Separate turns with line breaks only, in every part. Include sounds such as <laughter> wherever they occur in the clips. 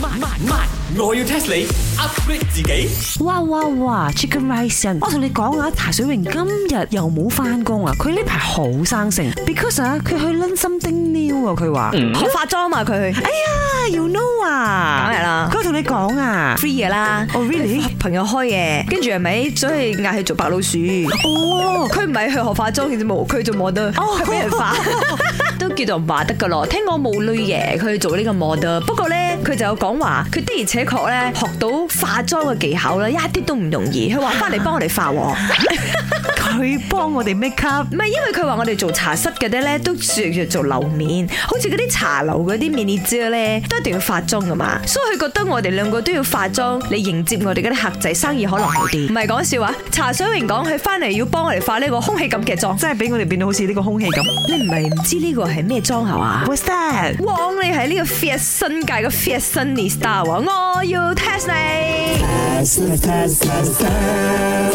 慢慢慢，我要 test 你 upgrade 自己。
哇哇哇！Chicken Rice 人，我同你講啊，茶水榮今日又冇翻工啊，佢呢排好生性，because 啊，佢去 London 丁 new 啊，佢話，
學化妝啊佢
哎呀，you know 啊，
梗係啦
佢同你講啊，
free 嘅啦，
哦 really？
朋友開嘅，跟住係咪所以嗌佢做白老鼠？
哦，
佢唔係去學化妝嘅啫冇，佢做 model，佢俾人化，哦 <laughs> 都叫做唔話得噶咯。聽講冇女嘅，佢做呢個 model，不過咧佢就有講話，佢的而且確咧學到化妝嘅技巧咧，一啲都唔容易。 <laughs> 佢話翻嚟幫我哋化喎。
佢幫我哋 make up。
唔係，因為佢話我哋做茶室嘅啲咧，都算叫做樓面，好似嗰啲茶樓嗰啲 mini 姐咧，都一定要化妝噶嘛，所以佢覺得我哋兩個都要化妝嚟迎接我哋嗰啲客仔，生意可能好啲。唔係講笑啊！茶水榮講佢翻嚟要幫我哋化呢個空氣感嘅妝，
真係俾我哋變到好似呢個空氣咁。
你唔係唔知呢個係咩妝係嘛？
What's that？
汪，你係呢個 f i e r 新界嘅 f i e r Sunny Star 啊！我要 test 你。呢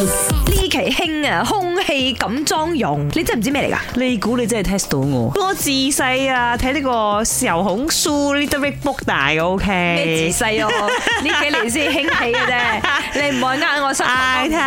期興啊，空氣感妝容，你真係唔知咩嚟㗎？
你估你真係 test 到我？我自細啊睇呢個小紅書 Little Big Book 大嘅
咩
，OK。
自細哦？呢幾年先興起嘅啫，你唔好呃我心口
嗌
講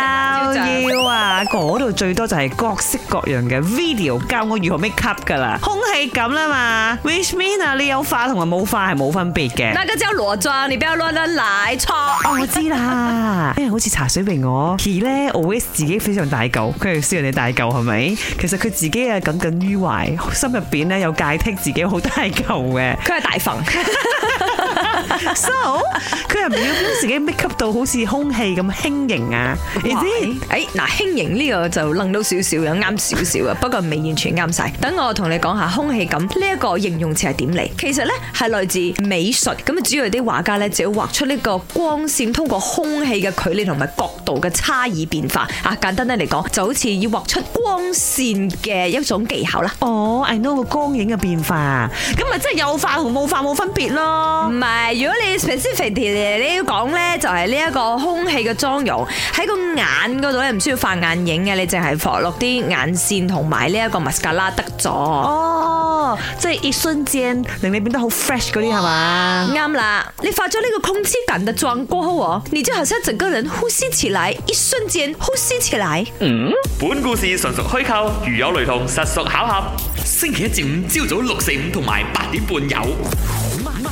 嘅
偷腰啊！嗰度最多就係各式各樣嘅 video 教我如何 make up 噶啦，空氣咁啦嘛，which mean 啊，你有化同埋冇化係冇分別嘅。
那個叫裸妝，你不要亂亂來錯。
哦，我知啦， <laughs> 哎因為好似茶水榮我，佢咧 always 自己非常大嚿，佢係笑人哋大嚿係咪？其實佢自己啊耿耿於懷，心入邊咧有芥剔自己好大嚿 <laughs> 嘅
佢係大馮，
，so 佢又唔要將自己 make up 到好似空氣咁輕盈啊，你知？
誒哎嗱，輕盈呢個就楞到少少嘅，啱少少嘅，不過未完全啱晒。等我同你講下空氣感呢一個形容詞係點嚟？其實呢係來自美術，咁啊主要係啲畫家呢，就要畫出呢個光線通過空氣嘅距離同埋角度嘅差異變化。啊，簡單啲嚟講，就好似要畫出光線嘅一種技巧啦。
哦，I know 個光影嘅變化，咁咪真係有化同冇化冇分別咯
唔。係，如果你 specific 啲你要講咧，就係呢一個空氣嘅妝容喺個眼嗰度咧，唔需要畫眼影嘅，你淨係放落啲眼線同埋呢一個 mascara 得咗。
哦，即係一瞬間令你變得好 fresh 嗰啲係嘛？
啱啦，你化咗呢個空氣感的妝過後哦，你就好像整個人呼吸起來，一瞬間呼吸起來。
本故事純屬虛構，如有雷同，實屬巧合。星期一至五朝早六四五同埋八點半有。
慢慢